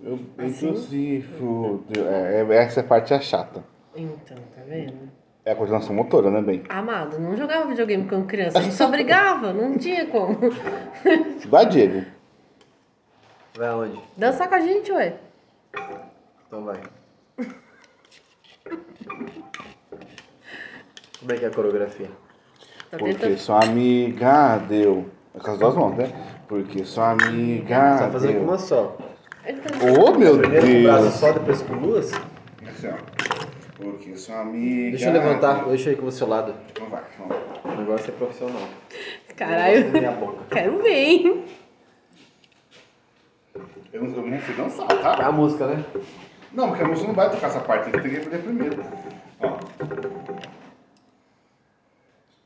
Speaker 2: Meu peito se fudeu. É, é- essa parte é chata.
Speaker 1: Então, tá vendo?
Speaker 2: É a continuação motora, né, bem?
Speaker 1: Amado, não jogava videogame quando criança, a gente só brigava, não tinha como. [LAUGHS]
Speaker 2: Vai, Diego.
Speaker 3: Vai aonde?
Speaker 1: Dançar com a gente, ué.
Speaker 3: Então vai. Como é que é a coreografia?
Speaker 1: Tá
Speaker 2: Porque
Speaker 1: tentando.
Speaker 2: sua amiga deu. É com as duas mãos, né? Porque sua amiga
Speaker 3: só fazendo com
Speaker 2: deu.
Speaker 3: uma só.
Speaker 1: Ele tá-
Speaker 2: Ô, meu
Speaker 3: Primeiro com o braço
Speaker 2: Deus!
Speaker 3: só, depois com duas.
Speaker 2: Assim, ó. Porque sua amiga.
Speaker 3: Deixa eu levantar, deixa eu ir com o seu lado.
Speaker 2: Não Então vai, não vai.
Speaker 3: O negócio é profissional.
Speaker 1: [LAUGHS] Caralho. [LAUGHS]
Speaker 3: Minha boca.
Speaker 1: Quero ver, hein?
Speaker 2: Eu não, eu não fui dançar, tá?
Speaker 3: É a música, né?
Speaker 2: Não, porque a moça não vai tocar essa parte, tem que aprender primeiro. Ó.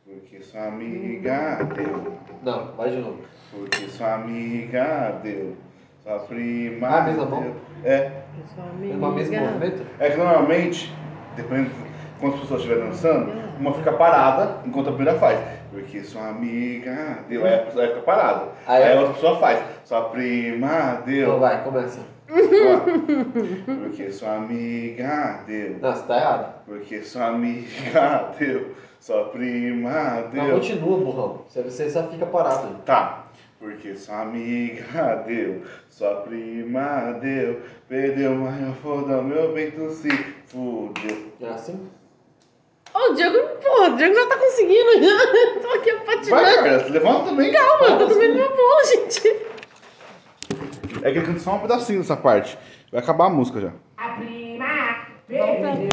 Speaker 2: Porque sua amiga deu.
Speaker 3: Não, vai de novo.
Speaker 2: Porque sua amiga deu. Sua prima.
Speaker 3: Ah, mesma
Speaker 2: deu.
Speaker 3: mão?
Speaker 2: É.
Speaker 1: Eu sou
Speaker 3: É o mesmo
Speaker 1: amiga.
Speaker 3: movimento?
Speaker 2: É que normalmente, dependendo de quantas pessoas estiver dançando, uma fica parada enquanto a primeira faz. Porque sua amiga ah, deu. Aí a pessoa fica parada.
Speaker 3: Aí
Speaker 2: Aí,
Speaker 3: eu-
Speaker 2: a outra pessoa faz. Sua prima ah,
Speaker 3: Então
Speaker 2: deu.
Speaker 3: vai, começa.
Speaker 2: Ó. Porque sua amiga ah, deu.
Speaker 3: Não, você tá errado.
Speaker 2: Porque sua amiga ah, deu, sua prima ah,
Speaker 3: Não,
Speaker 2: deu.
Speaker 3: continua, burrão. Você- Você só fica parado.
Speaker 2: Tá. Porque sua amiga ah, deu, sua prima ah, deu. Perdeu, mas eu foda, meu bem, tu se fudeu.
Speaker 3: É assim?
Speaker 1: Ô, o Diego, porra, o Diego já tá conseguindo [LAUGHS] já. Tô aqui
Speaker 2: Vai,
Speaker 1: patinando.
Speaker 2: cara, se levanta também.
Speaker 1: Calma, eu tô
Speaker 2: Levanta,
Speaker 1: comendo uma boa, gente.
Speaker 2: É que ele canta só um pedacinho dessa parte. Vai acabar a música já.
Speaker 5: A prima perdeu,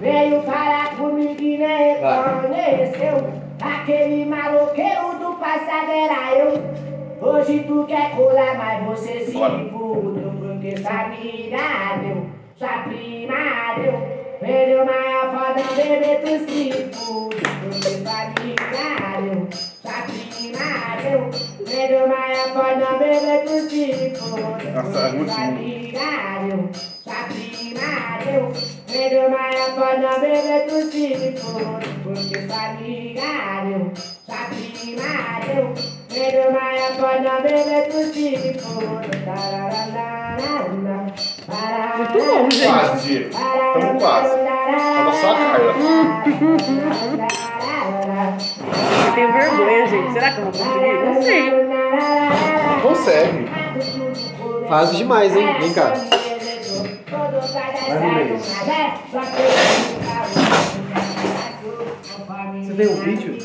Speaker 5: veio falar comigo e nem reconheceu. Aquele maloqueiro do passado era eu. Hoje tu quer colar, mas você se
Speaker 2: Bora.
Speaker 5: fudeu. Porque sua amiga deu, sua prima deu. Perdeu, mas a foda, bebê, tu se fudeu. Porque sua amiga deu, sua prima deu. Perdeu, mas a foda, bebê, tu se fudeu.
Speaker 2: Nossa, é muito
Speaker 5: Porque sua
Speaker 2: ruim.
Speaker 5: Obrigado, sua prima deu. Melhor maior foda, bebê, tu se for. Porque sua amiga deu, sua prima deu. Melhor maior foda, bebê, tu se for.
Speaker 1: Muito bom, gente.
Speaker 2: Quase, Diego. Tamo quase. Tava só a cara.
Speaker 1: Eu tenho vergonha, gente. Será que eu vou conseguir? Não sei.
Speaker 2: Consegue.
Speaker 3: Fácil demais, hein? Vem cá.
Speaker 5: Vai
Speaker 3: no meio.
Speaker 5: Você
Speaker 3: tem um vídeo?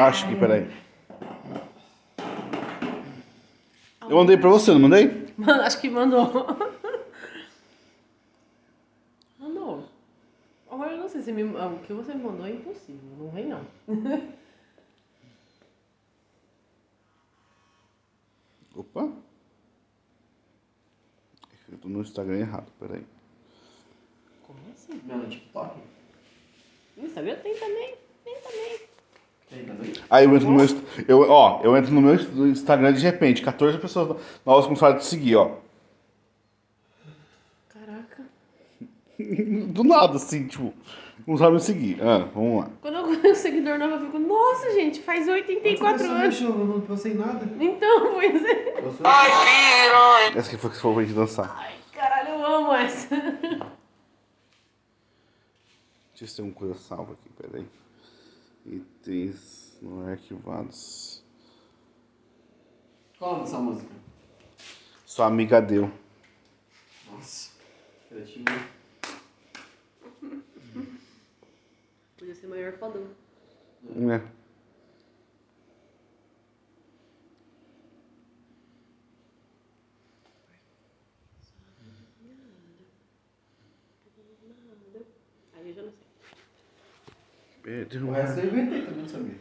Speaker 6: Acho que, peraí. Eu mandei pra você, não mandei?
Speaker 1: Mano, acho que mandou. Mandou. Agora eu não sei se me, ah, o que você me mandou é impossível. Não vem, não.
Speaker 6: Opa. Eu tô no Instagram errado, peraí.
Speaker 1: Como assim?
Speaker 3: Não, TikTok.
Speaker 1: No Instagram tem também. Tem também.
Speaker 3: tá
Speaker 6: Aí eu entro no meu. inst- Eu, ó, eu entro no meu inst- no Instagram de repente, 14 pessoas novas começaram a te seguir, ó.
Speaker 1: Caraca.
Speaker 6: Do nada, assim, tipo. Não sabe me seguir. Ah, vamos lá.
Speaker 1: Quando eu [LAUGHS] ganho um seguidor novo, eu fico, nossa, gente, faz 84 anos.
Speaker 3: Eu não passei nada.
Speaker 1: Então, [LAUGHS] pois é.
Speaker 6: Essa que foi que foi pra gente dançar.
Speaker 1: Ai, caralho, eu amo essa.
Speaker 6: Deixa eu ver se tem uma coisa salva aqui, peraí. Itens não é arquivados.
Speaker 3: Qual o nome dessa música?
Speaker 6: Sua amiga deu.
Speaker 3: Nossa. Criativo.
Speaker 1: Podia ser maior fodão.
Speaker 6: Né?
Speaker 1: Aí eu já não sei.
Speaker 6: Perdeu.
Speaker 3: O resto eu inventei, todo mundo sabia.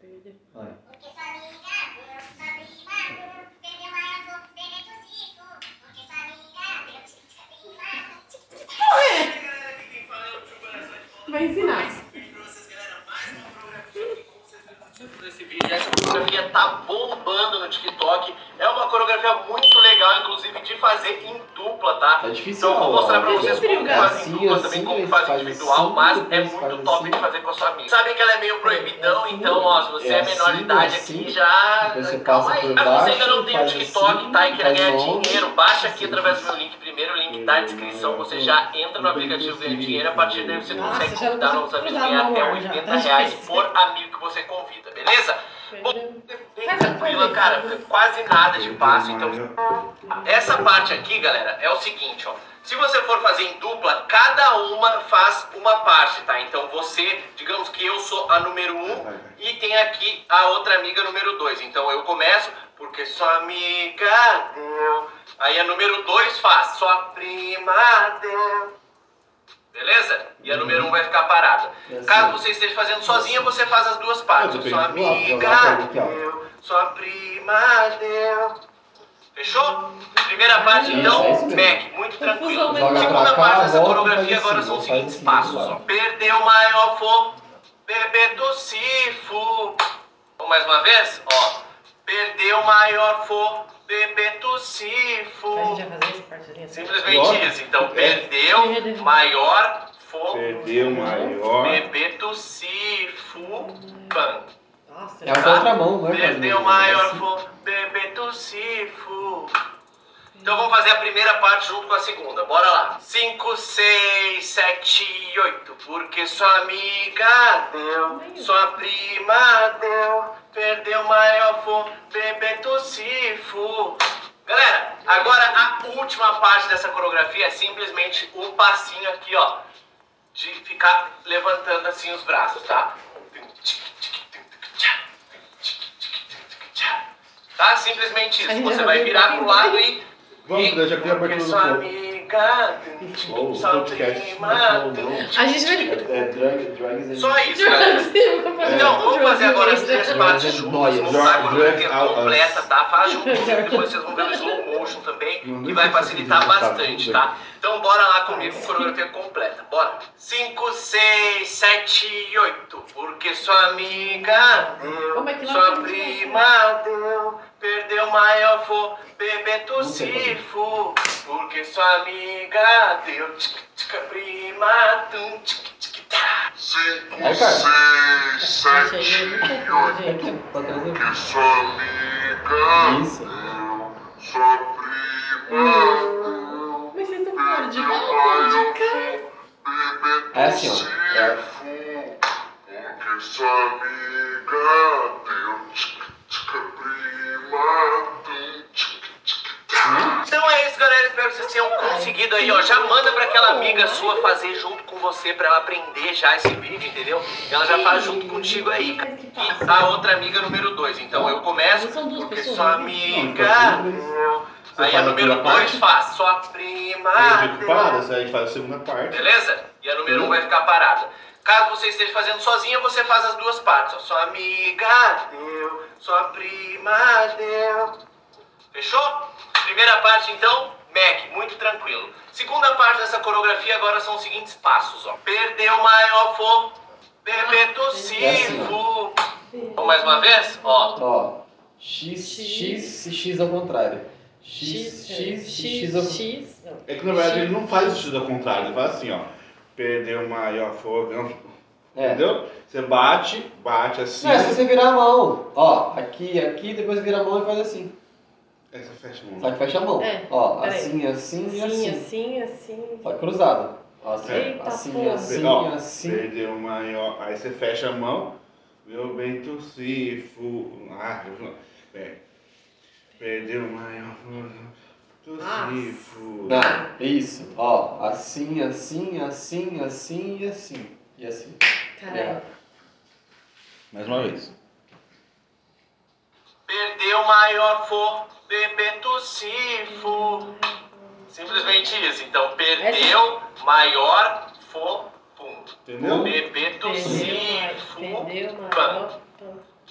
Speaker 1: Perdeu.
Speaker 3: Olha.
Speaker 1: Vai ensinar.
Speaker 7: Esse vídeo, essa coreografia tá bombando no TikTok. É uma coreografia muito legal, inclusive, de fazer em dupla, tá?
Speaker 3: É difícil,
Speaker 7: Então eu vou
Speaker 3: ó.
Speaker 7: mostrar pra
Speaker 1: Tem
Speaker 7: vocês
Speaker 1: trio,
Speaker 7: como
Speaker 1: cara.
Speaker 7: faz em
Speaker 3: Assim,
Speaker 7: dupla
Speaker 3: assim,
Speaker 7: também,
Speaker 3: eles
Speaker 7: como faz
Speaker 3: fazem
Speaker 7: individual,
Speaker 3: assim,
Speaker 7: mas é
Speaker 3: eles
Speaker 7: muito
Speaker 3: fazem
Speaker 7: top
Speaker 3: assim.
Speaker 7: de fazer com a sua amiga. Sabe que ela é meio proibidão,
Speaker 3: É assim,
Speaker 7: então, ó, se você
Speaker 3: é
Speaker 7: é menor de
Speaker 3: assim,
Speaker 7: idade
Speaker 3: é assim.
Speaker 7: aqui, já
Speaker 3: Depois você
Speaker 7: calma
Speaker 3: passa por
Speaker 7: aí. Mas você ainda
Speaker 3: baixo,
Speaker 7: não tem o
Speaker 3: faz
Speaker 7: TikTok,
Speaker 3: assim,
Speaker 7: tá? E quer
Speaker 3: faz
Speaker 7: ganhar
Speaker 3: longe,
Speaker 7: dinheiro, baixa aqui
Speaker 3: assim.
Speaker 7: através do meu link primeiro, o
Speaker 3: É,
Speaker 7: link da descrição. Você já entra no aplicativo ganha dinheiro, a partir daí você
Speaker 1: Nossa,
Speaker 7: consegue
Speaker 1: já não
Speaker 7: convidar novos
Speaker 1: consigo
Speaker 7: amigos
Speaker 1: cruzar
Speaker 7: e ganhar
Speaker 1: a mão
Speaker 7: até
Speaker 1: lá, já.
Speaker 7: 80
Speaker 1: Tá
Speaker 7: reais
Speaker 1: difícil.
Speaker 7: por amigo que você convida, beleza?
Speaker 1: Perdeu.
Speaker 7: Bem tranquila, cara, quase nada de passo, então essa parte aqui, galera, é o seguinte, ó. Se você for fazer em dupla, cada uma faz uma parte, tá? Então você, digamos que eu sou a número um e tem aqui a outra amiga número dois. Então eu começo, porque sua amiga. deu. Aí a número dois faz, sua prima. deu. Beleza? E a número 1 um vai ficar parada. Caso você esteja fazendo sozinha, você faz as duas partes.
Speaker 8: Eu tô
Speaker 7: Eu sou
Speaker 8: bem.
Speaker 7: amiga
Speaker 8: Lá, lá, lá, lá.
Speaker 7: eu, sua prima deu. Fechou? Primeira parte, então,
Speaker 3: é isso mesmo.
Speaker 7: Mac, muito tranquilo.
Speaker 3: Joga pra
Speaker 7: Segunda
Speaker 3: cá,
Speaker 7: parte dessa
Speaker 3: volta,
Speaker 7: coreografia
Speaker 3: faz
Speaker 7: agora
Speaker 3: assim,
Speaker 7: são os
Speaker 3: faz
Speaker 7: seguintes
Speaker 3: assim,
Speaker 7: passos.
Speaker 3: claro.
Speaker 7: ó. Perdeu o maior for, bebê do sifo. Vamos mais uma vez? Ó. Perdeu o maior for, bebê do
Speaker 1: A gente
Speaker 7: sifo.
Speaker 1: vai fazer essa partezinha assim.
Speaker 7: Simplesmente isso.
Speaker 3: É.
Speaker 7: Então, perdeu, maior, for,
Speaker 8: Perdeu maior.
Speaker 7: bebeto, sifu, pan.
Speaker 1: Nossa,
Speaker 3: É a
Speaker 7: tá?
Speaker 3: contramão, não é?
Speaker 7: Perdeu, maior, for, bebeto, sifu. Então, vamos fazer a primeira parte junto com a segunda. Bora lá. 5, 6, 7, 8. Porque sua amiga deu, sua prima deu. Perdeu, maior, for, bebeto, sifu. Galera, agora a última parte dessa coreografia é simplesmente o passinho aqui, ó de ficar levantando assim os braços, tá? Tá? Simplesmente
Speaker 1: A
Speaker 7: isso.
Speaker 1: gente
Speaker 7: Você
Speaker 1: já
Speaker 7: vai
Speaker 1: viu,
Speaker 7: virar
Speaker 1: né?
Speaker 7: pro lado e.
Speaker 8: Vamos,
Speaker 7: e-
Speaker 8: né? Já tem a abertura
Speaker 7: porque
Speaker 8: do
Speaker 7: sua
Speaker 8: povo.
Speaker 7: amiga.
Speaker 8: Slow,
Speaker 7: sua
Speaker 8: podcast,
Speaker 7: prima,
Speaker 8: não é slow,
Speaker 1: A gente vai.
Speaker 3: É drag, drags
Speaker 7: Só isso, galera.
Speaker 1: assim,
Speaker 7: Então, vamos fazer agora as três partes
Speaker 3: Jordan
Speaker 7: juntas. Vamos
Speaker 3: Noia.
Speaker 7: usar a
Speaker 8: Jordan
Speaker 7: coreografia
Speaker 8: Noia.
Speaker 7: completa, tá?
Speaker 8: [LAUGHS]
Speaker 7: Faz juntos. Depois vocês vão ver o slow motion também,
Speaker 8: Não,
Speaker 7: que
Speaker 8: nem
Speaker 7: vai
Speaker 8: sei se
Speaker 7: facilitar
Speaker 8: eu consigo, tá?
Speaker 7: bastante,
Speaker 8: Tudo
Speaker 7: tá? Então, bora lá comigo, coreografia completa. Bora. 5, 6, 7, 8. Porque sua amiga
Speaker 1: Como é que
Speaker 7: deu,
Speaker 1: lá
Speaker 7: sua
Speaker 1: tem gente?
Speaker 7: prima deu, perdeu maior for, bebê tu sifo. Porque sua amiga deu, tchica, tchica, prima tum, tchica, tchica, tá.
Speaker 9: Cinco,
Speaker 3: Aí, cara.
Speaker 9: seis,
Speaker 1: Achei,
Speaker 9: sete,
Speaker 3: é
Speaker 1: né? Gente,
Speaker 3: Tá
Speaker 9: que sua amiga,
Speaker 3: Isso.
Speaker 9: sua prima,
Speaker 1: Mas vocês estão falando de
Speaker 9: maior
Speaker 1: volta, de cara.
Speaker 9: bebê
Speaker 3: É assim, ó. É.
Speaker 9: cifo, porque sua amiga deu tchica, tchica, prima, tum, tchica, tchica, tá.
Speaker 7: Então é isso, galera. Espero que vocês tenham conseguido aí, ó. Já manda pra aquela amiga sua fazer junto com você pra ela aprender já esse vídeo, entendeu? E ela já faz junto contigo aí, cara. E a outra amiga número 2. Então eu começo,
Speaker 1: São duas
Speaker 7: porque
Speaker 1: pessoas,
Speaker 7: sua
Speaker 1: né?
Speaker 7: amiga.
Speaker 8: Não, então, Você
Speaker 7: Aí a
Speaker 8: faz a
Speaker 7: número
Speaker 8: primeira
Speaker 7: 2
Speaker 8: parte?
Speaker 7: faz, sua prima.
Speaker 8: Aí eu digo para, a gente faz a segunda parte.
Speaker 7: Beleza? E a número 1 um vai ficar parada. Caso você esteja fazendo sozinha, você faz as duas partes. Ó. Sua amiga deu, sua prima deu. Fechou? Primeira parte, então, Mac, muito tranquilo. Segunda parte dessa coreografia agora são os seguintes passos, ó. Perdeu maior for, bebê tossivo. Vamos mais uma vez? Ó.
Speaker 3: Ó, x, x, x ao contrário. X,
Speaker 1: X, é,
Speaker 3: x,
Speaker 1: X,
Speaker 3: x ao
Speaker 1: X.
Speaker 3: contrário.
Speaker 1: X. não.
Speaker 8: É que na verdade ele não faz o x ao contrário, ele faz assim, ó. Perdeu maior fogo.
Speaker 3: É.
Speaker 8: Entendeu? Você bate, bate assim.
Speaker 3: Não, é se você virar a mão. Ó, aqui, aqui, depois vira a mão e faz assim.
Speaker 8: Aí você fecha a mão.
Speaker 3: Só que fecha a mão.
Speaker 1: É,
Speaker 3: Ó,
Speaker 1: peraí.
Speaker 3: assim, assim e
Speaker 1: Assim,
Speaker 3: assim.
Speaker 1: assim, assim.
Speaker 3: Só que cruzado. Ó, Assim,
Speaker 1: Eita,
Speaker 3: assim,
Speaker 1: porra.
Speaker 3: assim,
Speaker 8: Ó,
Speaker 3: assim.
Speaker 8: Perdeu maior. Aí você fecha a mão. Meu bem tossifo. Ah, é. Perdeu maior fogo. Tossifo.
Speaker 3: Não, isso. Ó, assim, assim, assim, assim e assim. E assim.
Speaker 1: Caralho.
Speaker 8: Mais uma vez.
Speaker 7: Perdeu maior for, bebê tossifo. Simplesmente isso. Então, perdeu maior for, pum.
Speaker 8: Entendeu?
Speaker 7: Bebê tossifo.
Speaker 1: Perdeu, mano.
Speaker 7: Pan.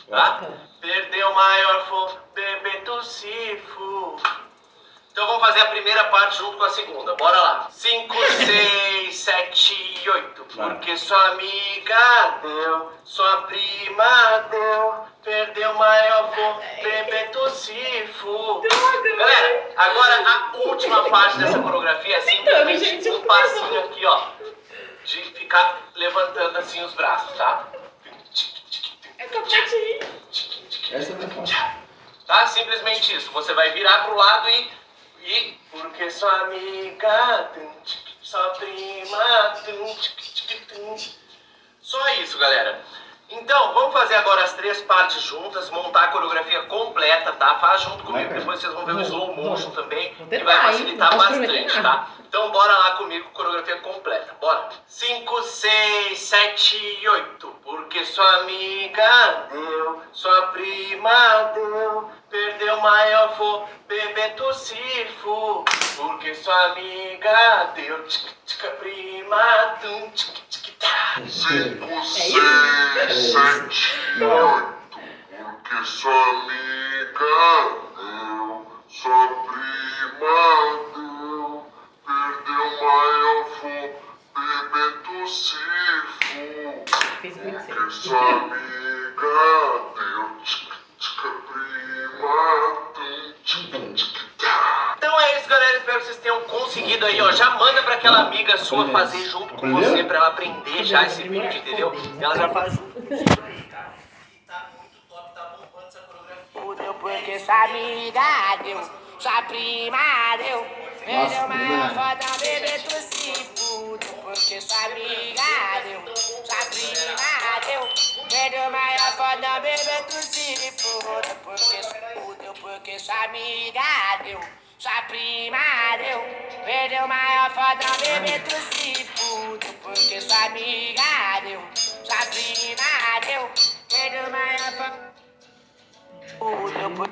Speaker 7: Tá? Perdeu maior for, bebê tossifo. Então vamos fazer a primeira parte junto com a segunda. Bora lá. 5, 6, 7, 8.
Speaker 8: Vai.
Speaker 7: Porque sua amiga deu, sua prima deu. Perdeu maior for, bebê tossifo. Galera, agora a última parte dessa coreografia é simplesmente
Speaker 1: gente, eu
Speaker 7: um passinho aqui, ó. De ficar levantando assim os braços, tá?
Speaker 1: Essa parte aí.
Speaker 3: Essa é mais fácil.
Speaker 7: Tá? Simplesmente isso. Você vai virar pro lado e. e porque sua amiga. um tum, tchic, um Sua prima. tum, tchic, tchic, tum. Só isso, galera. Em- Então, vamos fazer agora as três partes juntas, montar a coreografia completa, tá? Faz junto
Speaker 3: é
Speaker 7: comigo, depois vocês vão ver o slow motion também,
Speaker 1: Vou
Speaker 7: que
Speaker 1: tentar,
Speaker 7: vai
Speaker 1: hein?
Speaker 7: facilitar
Speaker 1: Não posso prometer
Speaker 7: bastante,
Speaker 1: nada.
Speaker 7: tá? Então, bora lá comigo, coreografia completa. Bora. 5, 6, 7, 8. Porque sua amiga deu, sua prima deu, perdeu, mas eu vou beber tu se for. Porque sua amiga deu, tica, tica, prima, tum, tica, tica, tá.
Speaker 9: Cinco, seis, sete, oito. Porque sua amiga deu, sua prima deu. Perdeu, mas eu vou beber do cifo.
Speaker 1: Fez muito certo.
Speaker 9: Porque sua amiga deu, tica, tica, prima, tum, tica, tica, tá.
Speaker 7: Então é isso, galera. Espero que vocês tenham conseguido aí, ó. Já manda pra aquela amiga sua fazer junto com
Speaker 8: Aprendeu?
Speaker 7: você pra ela aprender já esse vídeo, entendeu? E ela já faz junto com você aí, cara. E tá muito top, tá bombando essa coreografia.
Speaker 5: Fudeu porque sua amiga deu, sua prima deu. Perdeu uma foda, bebê, tu se fudeu porque sua amiga deu, sua prima deu. Perdeu uma foda, bebê, tu se fudeu porque fudeu porque sua amiga deu. Sua prima deu, perdeu maior foda, bebê, tu se fudeu porque sua amiga deu. Sua prima deu, perdeu maior foda.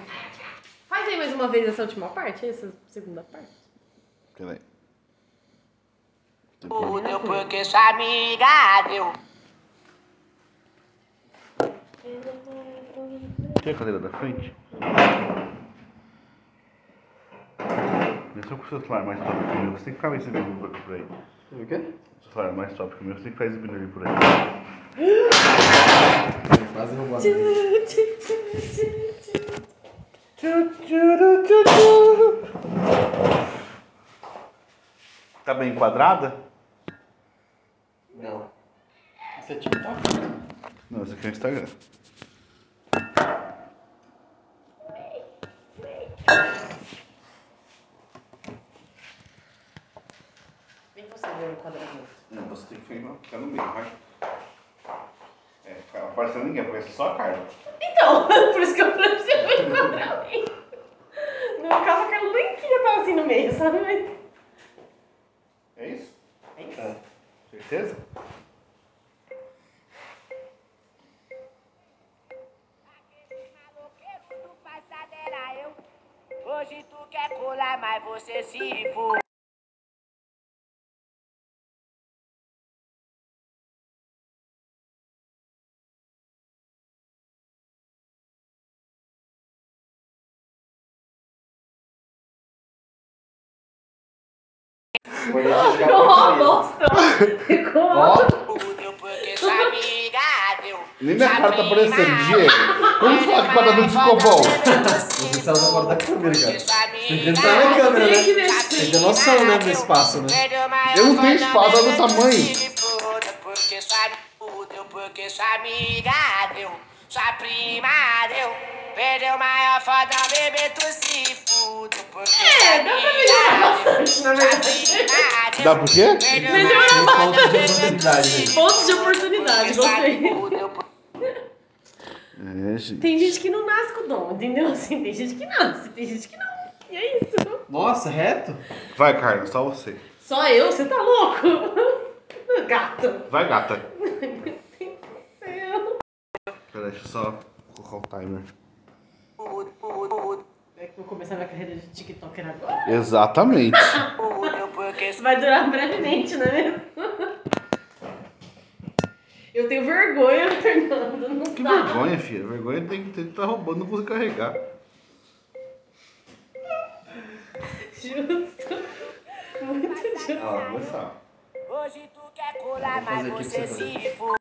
Speaker 1: Faz aí mais uma vez essa última parte, essa segunda parte.
Speaker 2: Peraí.
Speaker 5: Fudeu porque sua amiga deu.
Speaker 2: Tem a cadeira da frente? Começou com o seu celular mais top que o meu. Você tem que ficar exibindo por aí.
Speaker 3: O quê?
Speaker 2: O seu celular mais top que o meu. Você tem que ficar exibindo ele por aí.
Speaker 3: Quase roubou a minha.
Speaker 1: Tchurutchurutchurutchu.
Speaker 2: Tá bem enquadrada?
Speaker 3: Não. Isso é TikTok?
Speaker 2: Não, esse aqui é o Instagram.
Speaker 1: Vem você ver o quadradinho.
Speaker 8: Não, você tem que ficar ficar no meio, vai. É, fica aparecendo ninguém, aparece só a Carla.
Speaker 1: Então, [LAUGHS] por isso que eu falei pra você foi encontrar alguém. No meu caso, a Carla nem queria estar assim no meio, sabe?
Speaker 8: É isso?
Speaker 1: É isso.
Speaker 8: Certeza?
Speaker 5: Maloqueiro do passado era eu. Hoje tu quer colar, mas você se for.
Speaker 3: Foi esse
Speaker 1: [LAUGHS]
Speaker 3: cara
Speaker 1: Ficou uma
Speaker 3: que eu
Speaker 1: bosta. Ficou uma
Speaker 3: Ó,
Speaker 5: Fudeu porque tá sua amiga deu.
Speaker 2: Nem minha cara tá aparecendo, Diego. Como será que tá para do ficou bom?
Speaker 3: Você saiu da fora da câmera, cara. Tem que entrar na
Speaker 5: Tá
Speaker 3: câmera,
Speaker 1: Ah, Tem que
Speaker 3: né?
Speaker 1: ver. Ah,
Speaker 3: Tem que ter noção, né, do espaço, né?
Speaker 2: Eu não tenho espaço, olha o tamanho.
Speaker 5: Porque sua fudeu, porque sua amiga deu, sua prima deu. Perdeu maior foda, bebê, tu se fudeu. Porque sua
Speaker 1: É, dá pra melhorar
Speaker 5: amiga
Speaker 1: bastante, na verdade.
Speaker 5: deu, sua prima
Speaker 2: Dá
Speaker 5: deu.
Speaker 2: por quê?
Speaker 5: Perdeu
Speaker 1: Melhorar
Speaker 5: maior
Speaker 3: Ponto de
Speaker 5: foda, bebê, tu
Speaker 3: oportunidade,
Speaker 5: se
Speaker 3: né?
Speaker 1: Pontos de
Speaker 5: porque
Speaker 1: oportunidade,
Speaker 5: sua
Speaker 1: gostei.
Speaker 5: fudeu, porque
Speaker 2: É, gente.
Speaker 1: Tem gente que não nasce com dom, entendeu? Assim, tem gente que nasce, tem gente que não. E é isso.
Speaker 3: Nossa, reto?
Speaker 2: Vai, Carla, só você.
Speaker 1: Só eu? Você tá louco? [LAUGHS] Gato.
Speaker 2: Vai, gata.
Speaker 1: Eu.
Speaker 2: Peraí, deixa eu só colocar o timer.
Speaker 1: É que eu vou começar minha carreira de TikToker agora.
Speaker 2: Exatamente.
Speaker 5: fudeu, porque
Speaker 1: Isso vai durar brevemente, não é mesmo? [LAUGHS] Eu tenho vergonha, Fernando. Não
Speaker 2: Que
Speaker 1: dá.
Speaker 2: vergonha, filha. Vergonha tem que ter. Tá roubando, não consigo carregar.
Speaker 1: [LAUGHS] Justo. Muito justo.
Speaker 8: Ah, vou gostar.
Speaker 5: Hoje tu quer colar,
Speaker 3: Vou
Speaker 5: mas
Speaker 3: fazer aqui pra
Speaker 5: você
Speaker 3: você
Speaker 5: se for.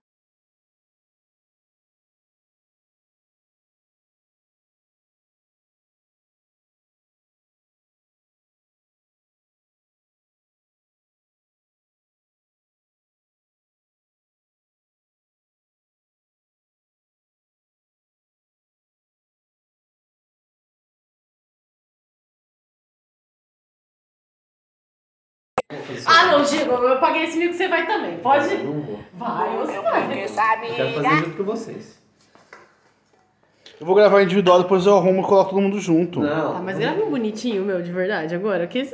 Speaker 3: Vou
Speaker 10: isso.
Speaker 1: Ah, não, Diego, eu paguei esse mico, você vai também. Pode?
Speaker 3: Eu não vou.
Speaker 1: Vai, você
Speaker 5: Eu
Speaker 1: vai.
Speaker 5: porque sabe
Speaker 3: Eu quero fazer junto com vocês.
Speaker 2: Eu vou gravar individual, depois eu arrumo e coloco todo mundo junto.
Speaker 1: Ah,
Speaker 3: Não.
Speaker 1: Tá, mas grava um bonitinho, meu, de verdade, agora. Que